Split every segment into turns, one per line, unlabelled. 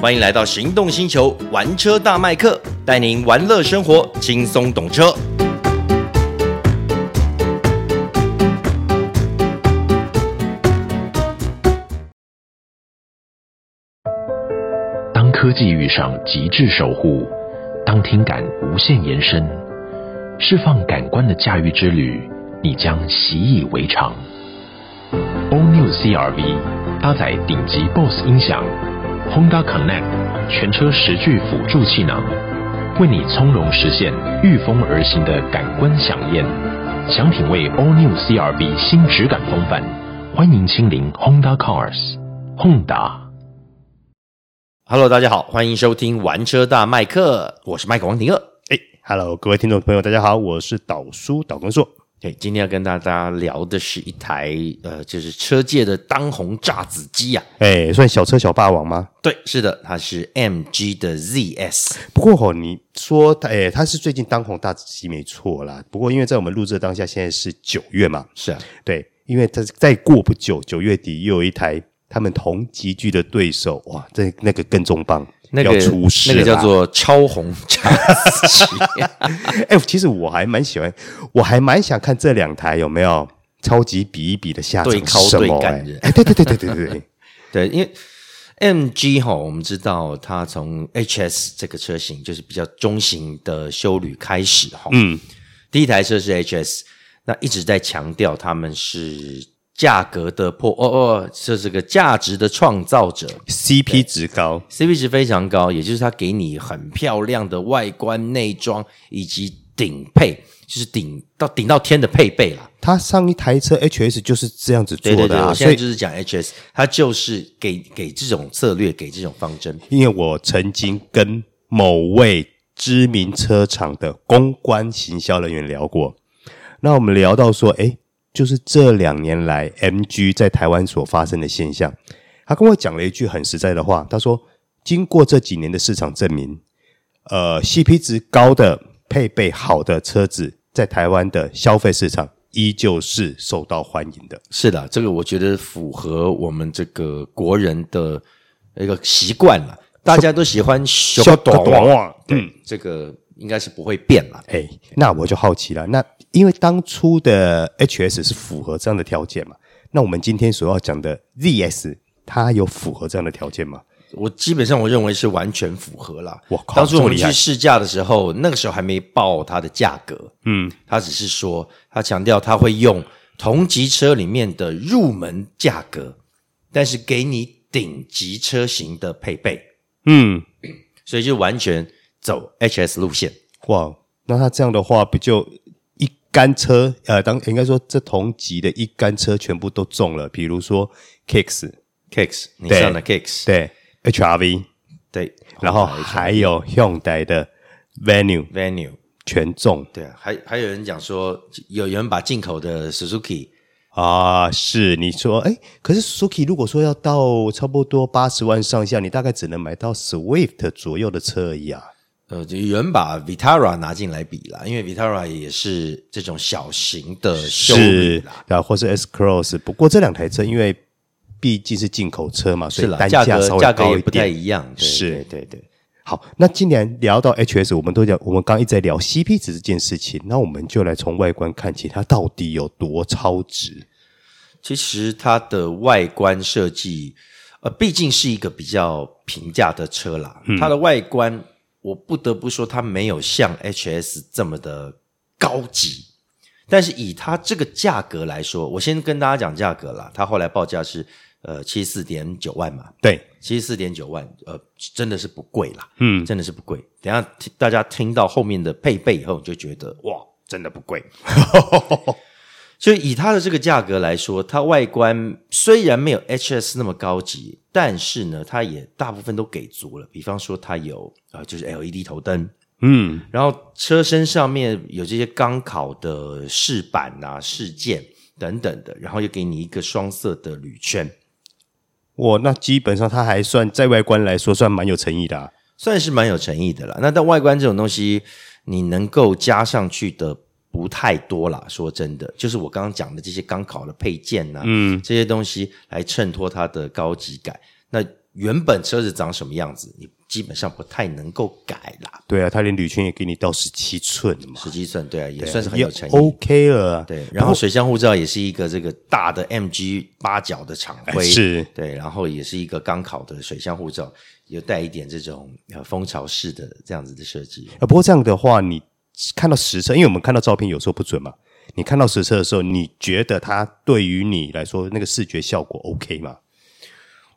欢迎来到行动星球玩车大麦克，带您玩乐生活，轻松懂车。
当科技遇上极致守护，当听感无限延伸，释放感官的驾驭之旅，你将习以为常。All New CRV 搭载顶级 BOSS 音响，Honda Connect 全车十具辅助气囊，为你从容实现御风而行的感官飨宴。想品味 All New CRV 新质感风范，欢迎亲临 Honda Cars。Honda。
Hello，大家好，欢迎收听玩车大麦克，我是麦克王廷二。
哎，Hello，各位听众朋友，大家好，我是导叔导根硕。
对，今天要跟大家聊的是一台呃，就是车界的当红炸子鸡啊。
哎，算小车小霸王吗？
对，是的，它是 MG 的 ZS。
不过吼，你说它，哎，它是最近当红大紫鸡没错啦。不过因为在我们录制的当下，现在是九月嘛，
是啊，
对，因为它再过不久，九月底又有一台他们同级距的对手，哇，这那个更重磅，
那个
要出事
那个
啦，
叫做超红炸子鸡。
哎、其实我还蛮喜欢，我还蛮想看这两台有没有超级比一比的下场
对
是
敲
什
对
么、
干
哎
人
哎，对对对对对对对，
对，因为 MG 哈，我们知道它从 HS 这个车型就是比较中型的修旅开始哈，
嗯，
第一台车是 HS，那一直在强调他们是价格的破哦哦，这是个价值的创造者。
CP 值高，
CP 值非常高，也就是它给你很漂亮的外观、内装以及顶配，就是顶到顶到天的配备啦。
他上一台车 HS 就是这样子做
对对对，
的啊，
我现
所
在
以
就是讲 HS，它就是给给这种策略，给这种方针。
因为我曾经跟某位知名车厂的公关行销人员聊过，那我们聊到说，哎，就是这两年来 MG 在台湾所发生的现象，他跟我讲了一句很实在的话，他说，经过这几年的市场证明，呃，CP 值高的、配备好的车子，在台湾的消费市场依旧是受到欢迎的。
是的，这个我觉得符合我们这个国人的一个习惯了，大家都喜欢小短袜，
哇，嗯。
这个应该是不会变了。
哎，那我就好奇了，那因为当初的 HS 是符合这样的条件嘛？那我们今天所要讲的 ZS，它有符合这样的条件吗？
我基本上我认为是完全符合啦。
我靠
当初我们
这么厉害
去试驾的时候，那个时候还没报它的价格，
嗯，
他只是说他强调他会用同级车里面的入门价格，但是给你顶级车型的配备，
嗯，
所以就完全走 HS 路线。
哇，那它这样的话，不就一杆车？呃，当应该说这同级的一杆车全部都中了，比如说 Kicks，
Kicks，你
对
上了 Kicks，
对，HRV，
对，
然后还有 Hyundai 的 Venue
Venue，
全中
对啊，还还有人讲说，有有人把进口的 Suzuki
啊，是你说，哎，可是 Suki 如果说要到差不多八十万上下，你大概只能买到 Swift 左右的车而已啊。
呃，就有人把 Vitara 拿进来比啦，因为 Vitara 也是这种小型的修理
是
啦，，
然后或是 S Cross，不过这两台车因为毕竟是进口车嘛，所
是
以
啦，
单
价
价
格
稍
价
微
格
高
也不太
点。
一样，对
是
对对对，
好，那既然聊到 HS，我们都讲，我们刚一直在聊 CP 值这件事情，那我们就来从外观看起，它到底有多超值？
其实它的外观设计，呃，毕竟是一个比较平价的车啦，它的外观我不得不说，它没有像 HS 这么的高级。但是以它这个价格来说，我先跟大家讲价格啦，它后来报价是呃七四点九万嘛，
对，
七十四点九万，呃，真的是不贵啦，
嗯，
真的是不贵。等一下听大家听到后面的配备以后，你就觉得哇，真的不贵。所以以它的这个价格来说，它外观虽然没有 HS 那么高级，但是呢，它也大部分都给足了。比方说，它有呃，就是 LED 头灯，
嗯，
然后车身上面有这些钢烤的饰板啊、饰件等等的，然后又给你一个双色的铝圈。
哇，那基本上它还算在外观来说算蛮有诚意的、啊。
算是蛮有诚意的啦。那但外观这种东西，你能够加上去的不太多啦。说真的，就是我刚刚讲的啊这些钢烤的配件呐、嗯，这些东西来衬托它的高级感。那原本车子长什么样子，你基本上不太能够改啦。
对啊，它连铝圈也给你到十七寸嘛，
十七寸，对啊，也
对啊
算是很
也
有诚意。
OK 了啊。
对，然后水箱护罩也是一个这个大的 MG 八角的厂
哎
徽，
是
对，然后也是一个钢考的水箱护罩，有带一点这种呃蜂巢式的这样子的设计。
呃，不过这样的话，你看到实车，因为我们看到照片有时候不准嘛，你看到实车的时候，你觉得它对于你来说那个视觉效果 OK 吗？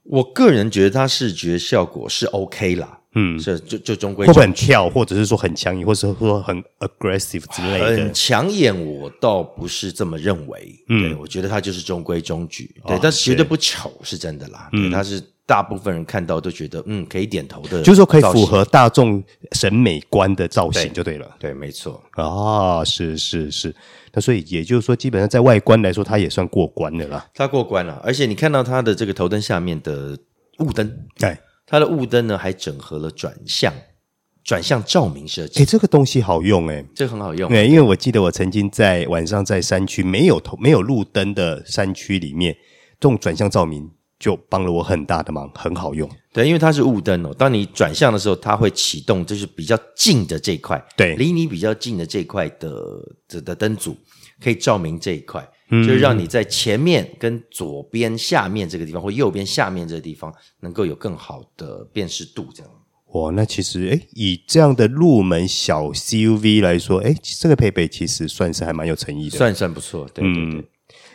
我个人觉得它视觉效果是 OK 啦，
嗯，
是就就中规
会不
中矩。
会很跳，或者是说很强硬，或者是说很 aggressive 之类的嗯
很？抢眼，我倒不是这么认为。对我觉得它就是中规中矩，对，
哦嗯
但是绝
是
对不丑，是真的啦。对，它是大部分人看到都觉得嗯可以点头的，
就是说可以符。合大众审美观的造型就对了。
对，没错。
啊，是是是，那所以也就是说，基本上在外观来说，它也算过关的啦。
它过关了，而且你看到它的这个头灯下面的雾灯，
哎，哎、
它的雾灯呢还整合了转向、转向照明设计，
这个东西好用哎、
这个很好用。
对，因为我记得我曾经在晚上在山区没有头没有路灯的山区里面，这种转向照明就帮了我很大的忙，很好用。
对，因为它是雾灯哦，当你转向的时候，它会启动，就是比较近的这一块，
对
离你比较近的这一块的的的灯组可以照明这一块，就是让你在前面跟左边下面这个地方或右边下面这个地方能够有更好的辨识度，这样。
哇，那其实诶，以这样的入门小 CUV 来说，诶，这个配备其实算是还蛮有诚意的。
算算不错，对对对。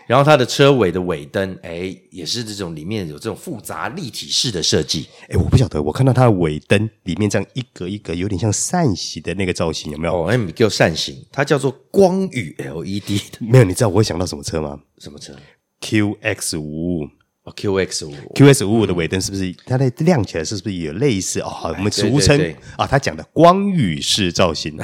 然后它的车尾的尾灯，哎，也是这种里面有这种复杂立体式的设计
诶，我不晓得，我看到它的尾灯里面这样一格一格，有点像扇形的那个造型，有没有？
哦，M Q 扇形，它叫做光与 LED 的
没有，你知道我会想到什么车吗
什么车？
？QX 五五
哦，QX 五
，QX 五五的尾灯是不是它的亮起来是不是也类似哦？我们
对对
俗称
嗯对
啊，他讲的光浴式 造型。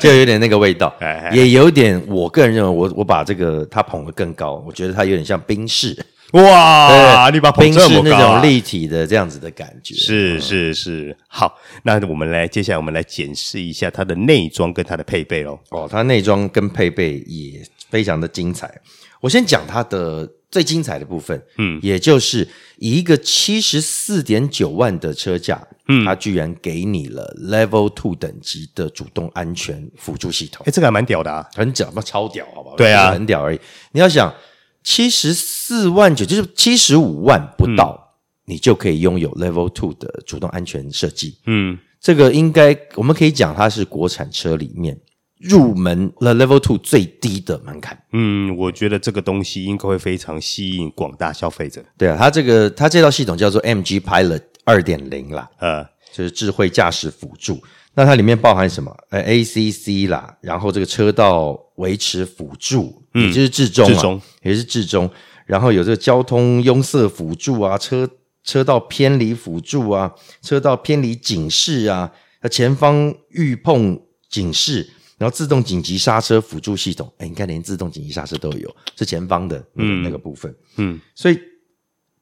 就有点那个味道
哎，
也有点，我个人认为我，我把这个它捧得更高，我觉得它有点像冰室，
哇，
对
你把
冰
捧这
室
么高、
那
啊
种，嗯立体的这样子的感觉，
是是是，好，那我们来接下来我们来检视一下它的内装跟它的配备喽。
哦，它内装跟配备也非常的精彩。我先讲它的最精彩的部分，嗯，也就是以一个七十四点九万的车价，嗯，它居然给你了 Level Two 等级的主动安全辅助系统
哎，，这个还蛮屌的啊，
很屌，那超屌，好不好？
对啊
就是很屌而已。你要想七十四万九，就是七十五万不
嗯
到，你就可以拥有 Level Two 的主动安全设计，
嗯，
这个应该我们可以讲它是国产车里面入门了 Level Two 最低的门槛。
嗯，我觉得这个东西应该会非常吸引广大消费者。
对啊，它这个它这套系统叫做 MG Pilot 二点零啦，
呃，
就是智慧驾驶辅助。那它里面包含什么？呃，ACC 啦，然后这个车道维持辅助，也就是至中、啊，
嗯至中
也是至中，然后有这个交通拥塞辅助啊，车车道偏离辅助啊，车道偏离警示啊，那前方预碰警示，然后自动紧急刹车辅助系统，哎，你看连自动紧急刹车都有，是前方的那个、那个部分，
嗯，
所以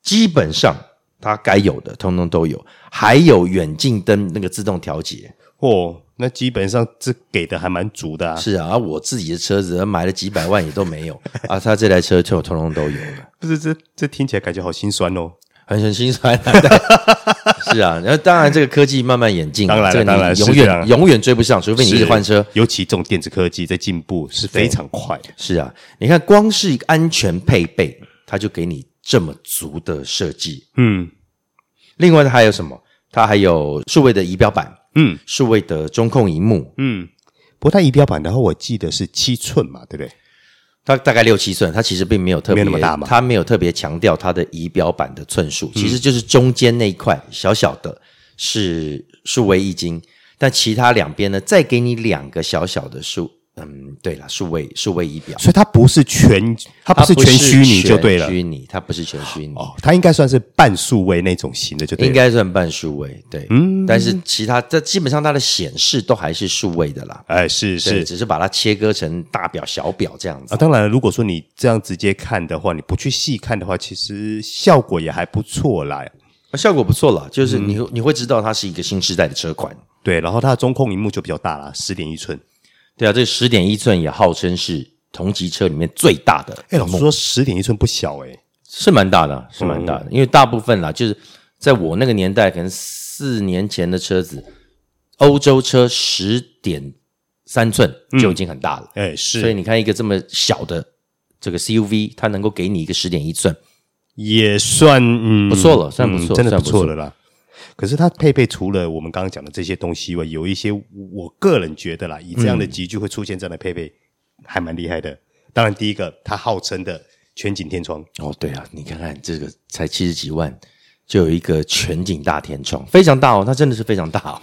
基本上它该有的通通都有，还有远近灯那个自动调节。
哦，那基本上这给的还蛮足的啊。
是啊，啊我自己的车子买了几百万也都没有啊，他这台车就通通都有了，
不是这这听起来感觉好心酸哦。
很很心酸、啊。 是啊，然后当然这个科技慢慢演进，啊
当然了
这个你
当然是
永
这
远
样
永远追不上，除非你一直
是
换车。，
尤其这种电子科技在进步是非常快的。
是啊，你看光是一个安全配备，它就给你这么足的设计。
嗯
另外它还有什么？它还有数位的仪表板，
嗯
数位的中控荧幕，
嗯，不过它仪表板的话，我记得是七寸嘛，对不对？
它大概六七寸，它其实并没有特别
没有那么大嘛
它没有特别强调它的仪表板的寸数，其实就是中间那一块小小的是数位易经，但其他两边呢，再给你两个小小的数，嗯，对了，数位数位仪表，
所以它不是全，它不是全虚拟就对了
它不是全虚拟它不是全虚拟，
哦，它应该算是半数位那种型的就对了。
应该算半数位，对，嗯，但是其他这基本上它的显示都还是数位的啦，
哎，是
对
是
只是把它切割成大表小表这样子
啊，。当然了，如果说你这样直接看的话，你不去细看的话，其实效果也还不错啦。
啊效果不错了，就是你、你会知道它是一个新时代的车款，
对，然后它的中控荧幕就比较大啦，十点一寸。
对啊，这十点一寸也号称是同级车里面最大的，
嗯哎，老实说，十点一寸不小哎、嗯
是蛮大的啊，是蛮大的。因为大部分啦，就是在我那个年代，可能四年前的车子，欧洲车十点三寸就已经很大了。
哎，是，
所以你看，一个这么小的这个 CUV，它能够给你一个十点一寸，
也算嗯
不错了算不
嗯
错
真的
算
不
不
错
错
了啦。可是它配备除了我们刚刚讲的这些东西以外，有一些我个人觉得啦，以这样的集聚会出现这样的配备，还蛮厉害的。当然，第一个它号称的全景天窗，
哦，对啊，你看看这个才七十几万，就有一个全景大天窗，非常大哦，它真的是非常大哦，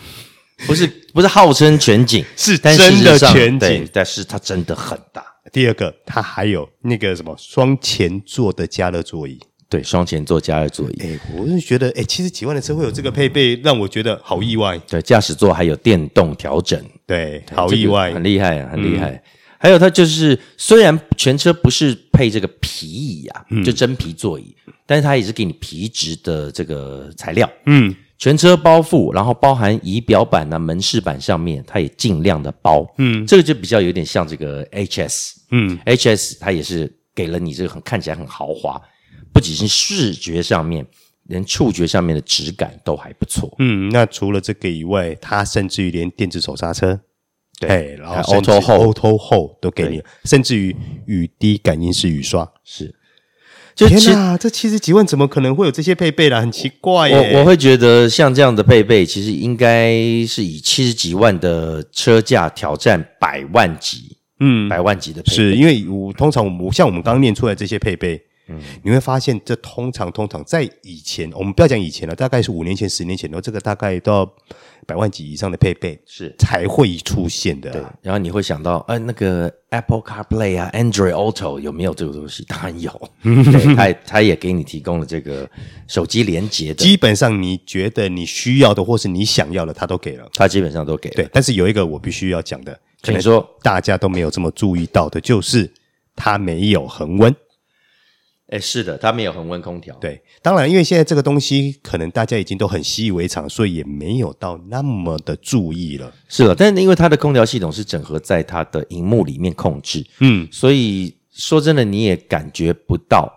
不是不是号称全景，
是
但事
真
实
的
上
全景
对但是它真的很大。
第二个它还有那个什么双前座的加热座椅。
对，双前座加热座椅，
哎、我是觉得，哎、七十几万的车会有这个配备，让我觉得好意外。
对，驾驶座还有电动调整，
对，好
这个
意外。嗯
很厉害啊，很厉害。还有它就是，虽然全车不是配这个皮椅啊，
嗯
就真皮座椅，但是它也是给你皮质的这个材料，
嗯，
全车包覆，然后包含仪表板啊、门饰板上面，它也尽量的包。嗯，这个就比较有点像这个 HS。嗯，HS 它也是给了你这个很看起来很豪华，不仅是视觉上面，连触觉上面的质感都还不错。
嗯，那除了这个以外，它甚至于连电子手刹车，
对
嘿然
还
后
有 auto
o
hold
t o hold 都给你，甚至于雨滴感应式雨刷。
是，就
天
其实
哪，这七十几万怎么可能会有这些配备啦？很奇怪耶。
我我会觉得像这样的配备，其实应该是以七十几万的车价挑战百万级，
嗯，
百万级的配备。
是因为我通常我们像我们刚念出来这些配备，嗯，你会发现这通常通常在以前，我们不要讲以前了，大概是五年前、十年前的，这个大概都要百万级以上的配备
是
才会出现的啊。
然后你会想到，呃，那个 Apple CarPlay 啊，Android Auto 有没有这个东西？当然 有，对，它也它也给你提供了这个手机连接的，
基本上你觉得你需要的或是你想要的，它都给了。
它基本上都给了。
对，但是有一个我必须要讲的，可能
请说
大家都没有这么注意到的，就是它没有恒温。
哎，是的，它没有恒温空调。，
对，当然，因为现在这个东西可能大家已经都很习以为常，所以也没有到那么的注意了。
是的，但是因为它的空调系统是整合在它的荧幕里面控制，
嗯，
所以说真的你也感觉不到，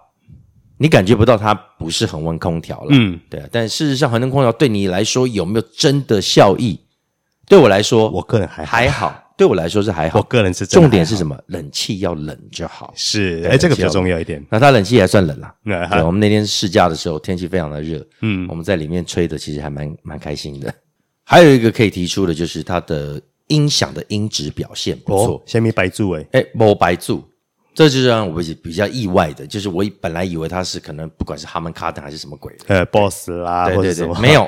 你感觉不到它不是恒温空调了。
嗯，
对啊。但事实上，恒温空调对你来说有没有真的效益？对我来说，
我个人还好
还好，对我来说是还好。
我个人是真的
重点是
还好
什么？冷气要冷就好。
是，
对
哎，这个比较
只有
重要一点。
那它冷气还算冷 啦、
嗯
对，我们那天试驾的时候，天气非常的热，
嗯
我们在里面吹的其实还蛮蛮开心的。还有一个可以提出的就是它的音响的音质表现不
哦
错，，
下面白住哎，
哎、某白柱，这就是让我比较意外的，就是我本来以为它是可能不管是哈曼卡顿还是什么鬼的，
呃，boss 啦，
对
或者
对
什
对
么，，
没有。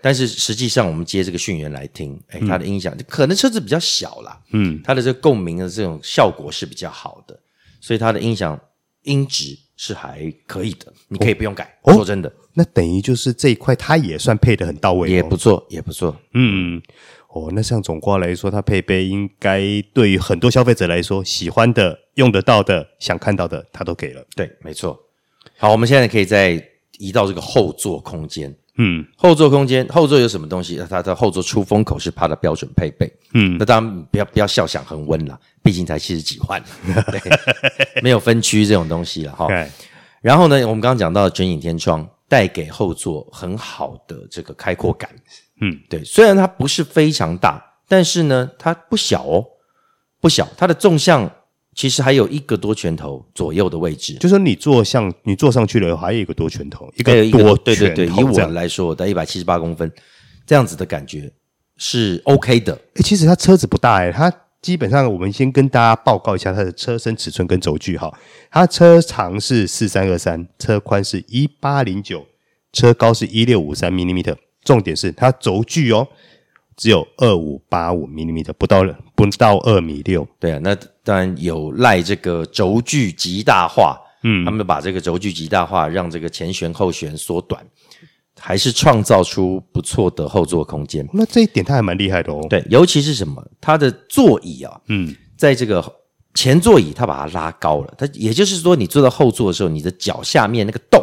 但是实际上，我们接这个讯源来听，哎，它的音响、可能车子比较小啦，
嗯，
它的这个共鸣的这种效果是比较好的，所以它的音响音质是还可以的，你可以不用改。
哦
说真的，
那等于就是这一块，它也算配的很到位，
也不，错，也不错。
嗯，哦，那像总括来说，它配备应该对于很多消费者来说，喜欢的、用得到的、想看到的，它都给了，
对，没错。好，我们现在可以再移到这个后座空间。
嗯
后座空间，后座有什么东西？它的后座出风口是它的标准配备。
嗯
那当然不要不要笑想恒温啦，毕竟才七十几 万，对，没有分区这种东西了哈。
哎，
然后呢，我们刚刚讲到的卷影天窗带给后座很好的这个开阔感，
嗯，
对，虽然它不是非常大，但是呢，它不小哦，不小，它的纵向其实还有一个多拳头左右的位置，
就说你坐上你坐上去了，还有一个多拳头，一
还有一
多
对对
拳
对，以
头这
我
样。
来说，我在一百七十八公分这样子的感觉是 OK 的，
哎，其实它车子不大哎，它基本上我们先跟大家报告一下它的车身尺寸跟轴距哈。它车长是四三二三，车宽是一八零九，车高是一六五三 m m 重点是它轴距哦，只有二五八五 m m 不到不到二米六。
对啊，那当然有赖这个轴距极大化，
嗯
嗯，他们把这个轴距极大化，让这个前悬后悬缩短，还是创造出不错的后座空间。
那这一点它还蛮厉害的哦。，
对，尤其是什么，它的座椅啊，
嗯，
在这个前座椅它把它拉高了，它也就是说，你坐到后座的时候，你的脚下面那个洞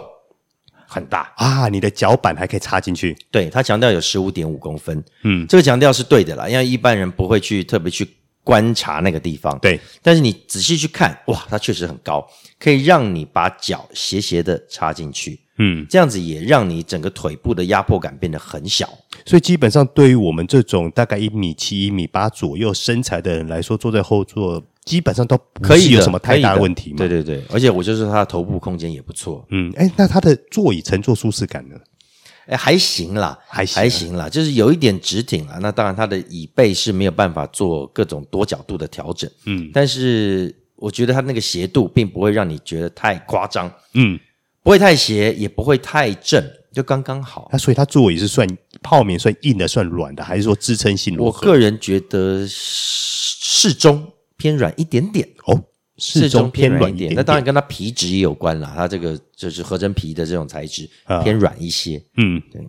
很大，
啊，你的脚板还可以插进去。
对，它强调有十五点五公分，
嗯
这个强调是对的啦，因为一般人不会去特别去观察那个地方，
对，
但是你仔细去看，哇，它确实很高，可以让你把脚斜斜的插进去，
嗯，
这样子也让你整个腿部的压迫感变得很小。
所以基本上对于我们这种大概一米七、一米八左右身材的人来说，坐在后座基本上都不
可以
是
的
有什么太大
可以的
问题嘛。
对对对，而且我就是它的头部空间也不错，
嗯，哎，那它的座椅乘坐舒适感呢？
哎，还行啦，
还行啊
还行啦，就是有一点直挺啦。那当然，它的椅背是没有办法做各种多角度的调整，
嗯
但是我觉得它那个斜度并不会让你觉得太夸张，
嗯，
不会太斜，也不会太正，就刚刚好
啊那。所以它座椅是算泡棉算硬的，算软的，还是说支撑性如
我
何？
个人觉得适适中偏软一点点，
哦，适中偏软
一
一点点。
那当然，跟它皮质也有关啦，它这个就是合成皮的这种材质
啊
偏软一些。
嗯，
对。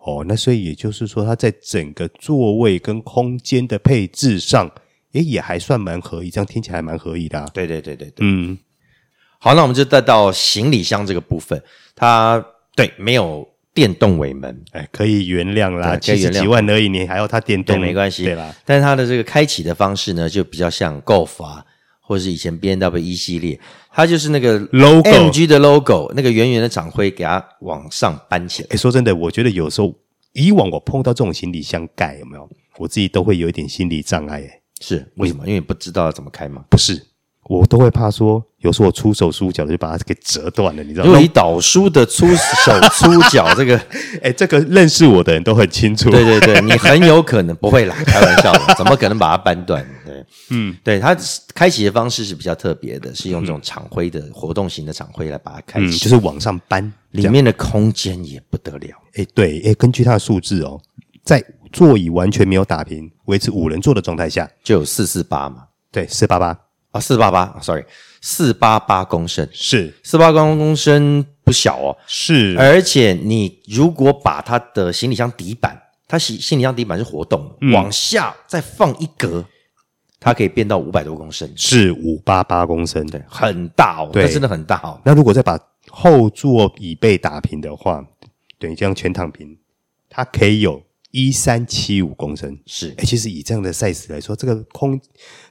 哦，那所以也就是说，它在整个座位跟空间的配置上，诶，也还算蛮合意，这样听起来还蛮合意的、啊。
对对对对对。
嗯，
好，那我们就再到行李箱这个部分，它对没有电动尾门，
哎，可以原谅啦，
对
七
可以
十
原谅
几万而已，你还要它电
对
动，
没关系，
对啦。，
但是它的这个开启的方式呢，就比较像 Golf 啊，或是以前 B N W 一系列，它就是那个
Logo
MG 的 logo，那个圆圆的掌徽给它往上搬起来。
哎，说真的，我觉得有时候以往我碰到这种行李箱盖，有没有，我自己都会有一点心理障碍。哎，
是为什么？因为你不知道怎么开嘛。
不是，我都会怕说，有时候我出手出脚的就把它给折断了，你知道
如
吗
果？以导叔的粗手粗脚这个。
哎，这个认识我的人都很清楚。
对对对，你很有可能不会啦，开玩笑的，怎么可能把它扳断？对，嗯，对，它开启的方式是比较特别的，是用这种场徽的活动型的场徽来把它开
嗯，
启，
就是往上搬，这
里
样
面的空间也不得了。
哎，对，哎，根据它的数字哦，在座椅完全没有打平、维持五人座的状态下，
就有四四八嘛，
对，四八八
啊，四八八，sorry，四八八公升，
是
四八八公升不小哦，
是
而且你如果把它的行李箱底板，它行行李箱底板是活动的，
嗯
往下再放一格，它可以变到五百多公升，
是五八八公升。对，
很大哦，
对
那真的很大哦。
那如果再把后座椅背打平的话，对，这样全躺平，它可以有一三七五公升。
是
哎，其实以这样的 size 来说，这个空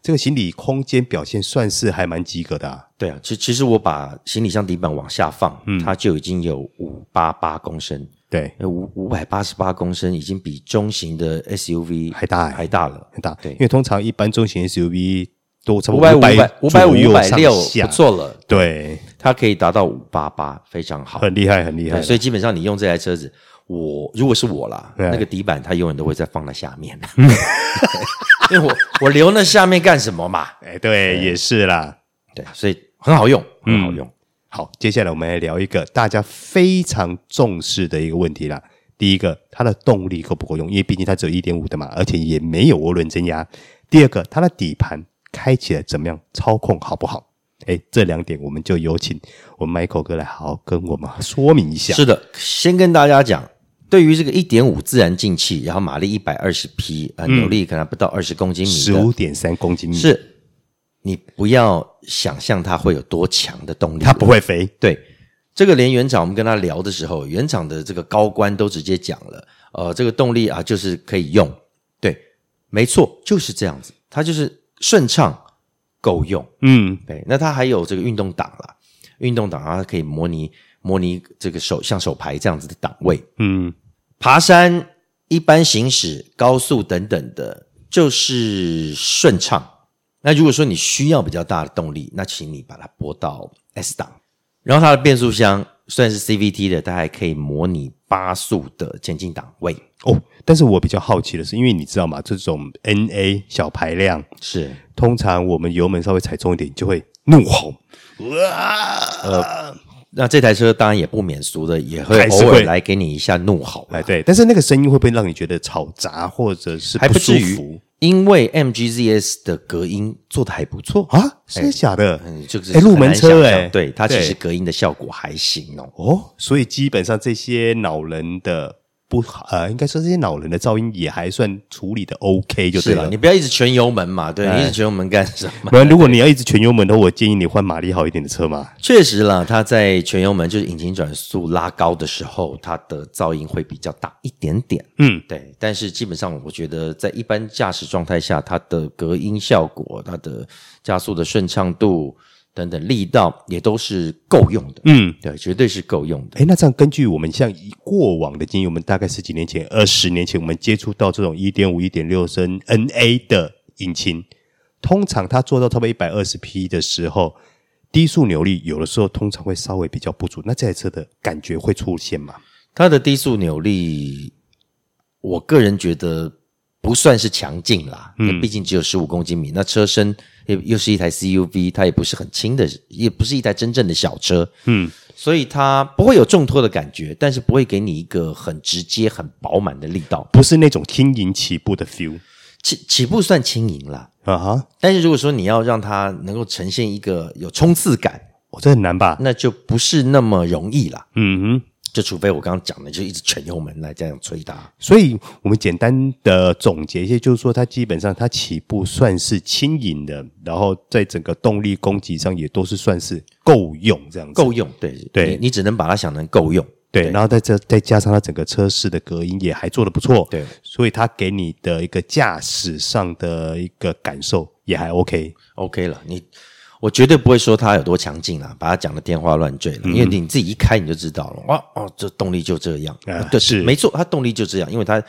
这个行李空间表现算是还蛮及格的、啊。
对啊，其其实我把行李箱底板往下放，
嗯
它就已经有五八八公升，
对，
呃五五百八十八公升，已经比中型的 SUV
还大欸
还大了，
很大。
对
因为通常一般中型 SUV 都差不
五
多
百五百五百
左
五
右
百
上
六
下
不错了，
对，
它可以达到五八八，非常好。
很厉害，很厉害
对，。所以基本上你用这台车子，我如果是我啦，
对
那个底板它永远都会再放在下面， 因为我我留那下面干什么嘛？
哎，对，也是啦。
对，所以很好用，很
嗯
好用。
好，接下来我们来聊一个大家非常重视的一个问题啦。第一个，它的动力够不够用？因为毕竟它只有一点五的嘛，而且也没有涡轮增压。第二个，它的底盘开起来怎么样？操控好不好？哎，这两点我们就有请我们 Michael 哥来好好跟我们说明一下。
是的，先跟大家讲，对于这个一点五自然进气，然后马力一百二十匹，
嗯
呃，扭力可能不到二十公斤米
十
的，
五点三公斤米，
是你不要想象它会有多强的动力，
它不会飞。
对，这个连原厂我们跟他聊的时候，原厂的这个高官都直接讲了，呃，这个动力啊就是可以用，对，没错，就是这样子，它就是顺畅够用。
嗯，
对，那它还有这个运动档啦，运动档啊它可以模拟模拟这个手像手牌这样子的档位，
嗯，
爬山、一般行驶、高速等等的，就是顺畅。那如果说你需要比较大的动力，那请你把它拨到 S 档。然后它的变速箱虽然是 CVT 的，它还可以模拟八速的前进档位。
哦，但是我比较好奇的是，因为你知道吗？这种 NA 小排量，
是，
通常我们油门稍微踩重一点就会怒吼，呃
那这台车当然也不免俗的，也会
还是
偶
会
尔来给你一下怒吼啊啦
哎，对，但是那个声音会不会让你觉得吵杂或者是
还不
舒
至于
服，
因为 MGZS 的隔音做的还不错。
啊？真的假的？
嗯，这个是
哎，入门
很
车
难想
哎，
象对它其实
对
隔音的效果还行哦。
哦，所以基本上这些恼人的不好，呃，应该说这些老人的噪音也还算处理的哎 OK 就对
是
了
啦，。你不要一直全油门嘛，对你一直全油门干什么？
不然，如果你要一直全油门的话，我建议你换马力好一点的车嘛。
确实啦，它在全油门就是引擎转速拉高的时候，它的噪音会比较大一点点。
嗯，
对。但是基本上，我觉得在一般驾驶状态下，它的隔音效果、它的加速的顺畅度等等力道也都是够用的。
嗯，
对，绝对是够用的。
哎，那这样根据我们像以过往的经验，我们大概十几年前、二十年前，我们接触到这种一点五、一点六升 NA 的引擎，通常它做到差不多一百二十匹的时候，低速扭力有的时候通常会稍微比较不足，那这台车的感觉会出现吗？
它的低速扭力，我个人觉得不算是强劲啦，因为毕竟只有十五公斤米，那车身又又是一台 CUV，它也不是很轻的，也不是一台真正的小车，嗯，所以它不会有重拖的感觉，但是不会给你一个很直接、很饱满的力道，
不是那种轻盈起步的 feel
起起步算轻盈啦，
啊哈，
但是如果说你要让它能够呈现一个有冲刺感，
哦，这很难吧？
那就不是那么容易啦，
嗯哼。
就除非我刚刚讲的，就一直全油门来这样催它。
所以我们简单的总结一下，就是说它基本上它起步算是轻盈的，然后在整个动力供给上也都是算是够用这样子。
够用，对
对
你，你只能把它想成够用，
对，然后再再再加上它整个车室的隔音也还做得不错，
对，
所以它给你的一个驾驶上的一个感受也还 OK。
，OK 了。你我绝对不会说它有多强劲啦，把它讲的天花乱坠了，因为你自己一开你就知道了，哇哦，这动力就这样，
啊
对，
是
没错，它动力就这样，因为它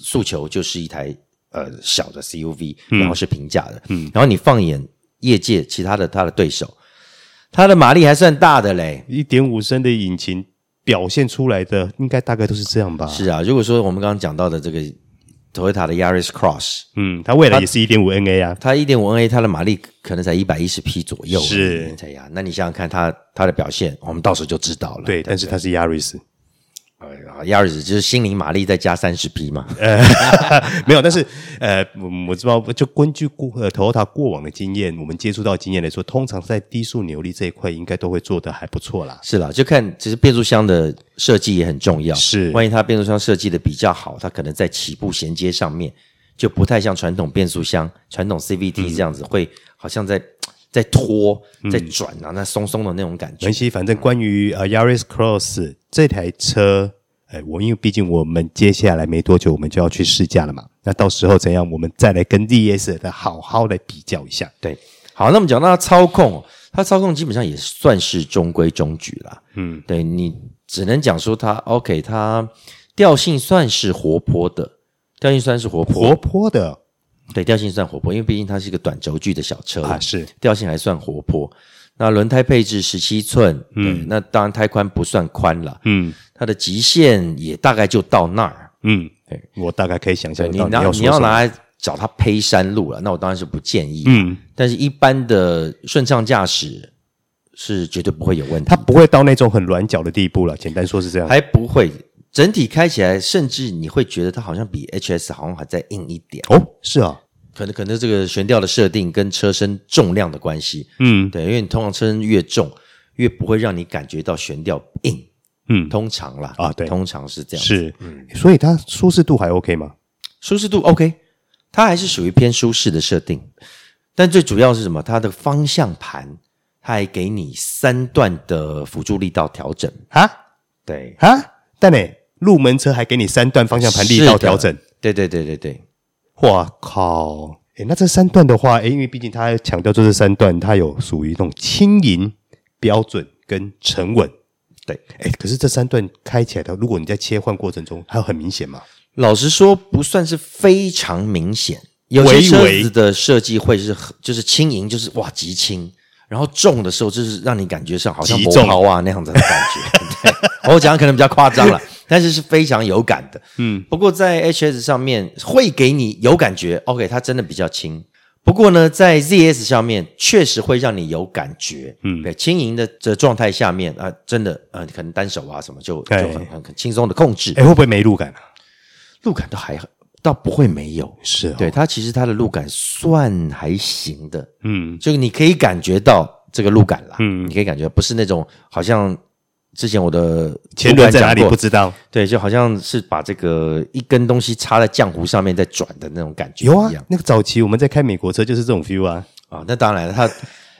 诉求就是一台呃小的 CUV，然后是平价的，嗯，然后你放眼业界其他的它的对手，它的马力还算大的嘞，
一点五升的引擎表现出来的应该大概都是这样吧？，
是啊，如果说我们刚刚讲到的这个 Toyota 的 Yaris Cross。
嗯，它未来也是一点五 NA 啊，
它一点五 NA，它的马力可能才一百一十匹左右，
是
这样。那你想想看它它的表现，我们到时候就知道了。
对，但是它是 Yaris。
啊，亚 i 斯就是心灵马力再加三十匹 嘛，
没有，但是呃，我我知道，就根据过呃 Toyota 过往的经验，我们接触到的经验来说，通常在低速扭力这一块，应该都会做得还不错啦。
是啦，就看其实变速箱的设计也很重要。
是
万一它变速箱设计的比较好，它可能在起步衔接上面就不太像传统变速箱、传统
嗯
CVT 这样子，会好像在在拖、在转啊，那松松的那种感
没
觉
关。系，反正关于呃 Yaris Cross 这台车，哎、我因为毕竟我们接下来没多久我们就要去试驾了嘛，那到时候怎样，我们再来跟 DS 的好好的比较一下。
对，好，那我们讲到它操控哦，它操控基本上也算是中规中矩啦。嗯，对你只能讲说它 OK，它调性算是活泼的，调性算是活泼，
活泼的
对，调性算活泼，因为毕竟它是一个短轴距的小车
啊，是
调性还算活泼。那轮胎配置十七寸，嗯，那当然胎宽不算宽了，
嗯
它的极限也大概就到那儿。
嗯
对，
我大概可以想象
对
得
你
到
拿
要
你
说什
要
么。
拿来找它胚山路了，那我当然是不建议。
嗯，
但是一般的顺畅驾驶是绝对不会有问题
它，不会到那种很软脚的地步了，简单说是这样。
还不会整体开起来，甚至你会觉得它好像比 HS 好像还再硬一点，
哦，是啊，
可能可能这个悬吊的设定跟车身重量的关系，
嗯
对，因为你通常车身越重，越不会让你感觉到悬吊硬，
嗯，
通常啦
啊对
通常是这样，
是，所以它舒适度还 OK 吗？
舒适度 OK，它还是属于偏舒适的设定，但最主要是什么？它的方向盘它还给你三段的辅助力道调整，
啊
对，
啊，但呢，入门车还给你三段方向盘力
是
道
的
调整，，
对对对对对，
哇靠！诶，那这三段的话，诶，因为毕竟它强调这是三段，它有属于那种轻盈、标准跟沉稳。
对，
诶，可是这三段开起来的，如果你在切换过程中，它有很明显嘛？
老实说不算是非常明显，有些车
微微
子的设计会是很就是轻盈，就是哇极轻。然后重的时候，就是让你感觉上好像
极
磨
重
抛啊那样子的感觉。 对我讲可能比较夸张了， 但是是非常有感的。嗯，不过在 HS 上面会给你有感觉，OK，它真的比较轻。不过呢，在 ZS 上面确实会让你有感觉，嗯，对，轻盈的这状态下面啊、真的呃，可能单手啊什么就就
哎
很很很轻松的控制。
诶，会不会没路感啊？
路感倒还倒不会没有，
是、哦，
对，它其实它的路感算还行的，
嗯，
就是你可以感觉到这个路感啦，嗯，你可以感觉到不是那种好像之前我的
前轮在哪
主
里
管
不
讲过
知道？
对，就好像是把这个一根东西插在浆糊上面再转的那种感觉
有啊
一样，
那个早期我们在开美国车就是这种 feel 啊。
啊、那当然了，他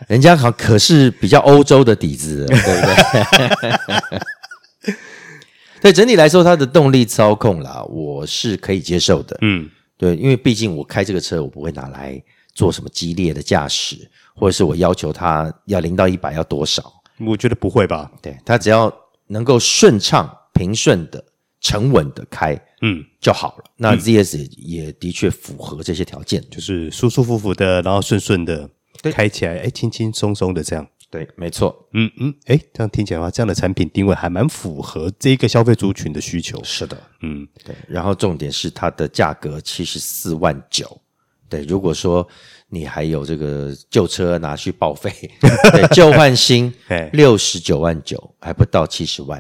人家好可是比较欧洲的底子了，对不对？ 对，整体来说，它的动力操控啦，我是可以接受的。
嗯，
对，因为毕竟我开这个车，我不会拿来做什么激烈的驾驶，或者是我要求它要零到一百要多少。
我觉得不会吧？
对，它只要能够顺畅、平顺的、沉稳的开
嗯，
就好了。那 ZS 也,、也的确符合这些条件。
就是舒舒服服的，然后顺顺的
对
开起来，哎，轻轻松松的这样。
对，没错，
嗯嗯，哎，这样听起来的话，这样的产品定位还蛮符合这个消费族群的需求。
是的。
嗯，
对，然后重点是它的价格七十四万九。对，如果说你还有这个旧车拿去报 废，对，旧换新
嘿
六十九万九，还不到七十万，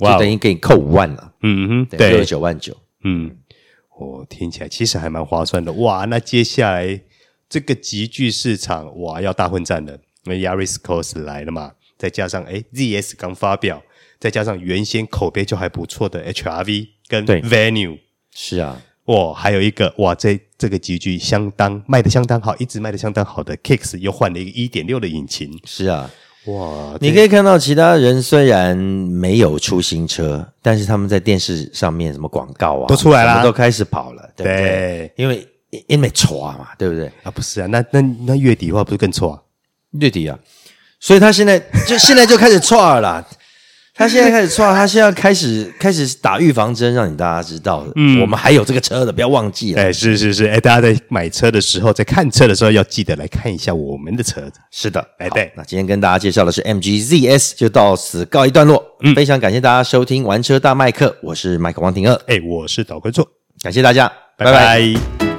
就
哇哦
等于给你扣五万了。
嗯哼，
对，六
对
十，九万九。
嗯，哦，听起来其实还蛮划算的哇。那接下来这个集聚市场哇要大混战了，因为 Yaris Cross 来了嘛，再加上哎 ZS 刚发表，再加上原先口碑就还不错的 HRV 跟
对
Venue。
是啊，
哇，还有一个哇，这这个集聚相当卖的相当好，一直卖的相当好的 Kicks 又换了一个一点六的引擎，
是啊，
哇，
你可以看到其他人虽然没有出新车，但是他们在电视上面什么广告啊
都出来啦
什么都开始跑了，对不对？
对
因为因因为错啊嘛，对不对？
啊不是啊，那那那月底的话不是更错啊？
月底啊，所以他现在就现在就开始串了啦， 他现在开始串，他现在开始开始打预防针，让你大家知道，
嗯
我们还有这个车的，不要忘记了。
哎，是是是，哎，大家在买车的时候，在看车的时候要记得来看一下我们的车子。
是的，
哎
好
对
那今天跟大家介绍的是 MG ZS，就到此告一段落。
嗯
非常感谢大家收听《玩车大麦克》，我是麦克王庭二，
哎，我是导观众，
感谢大家，
拜
拜拜
拜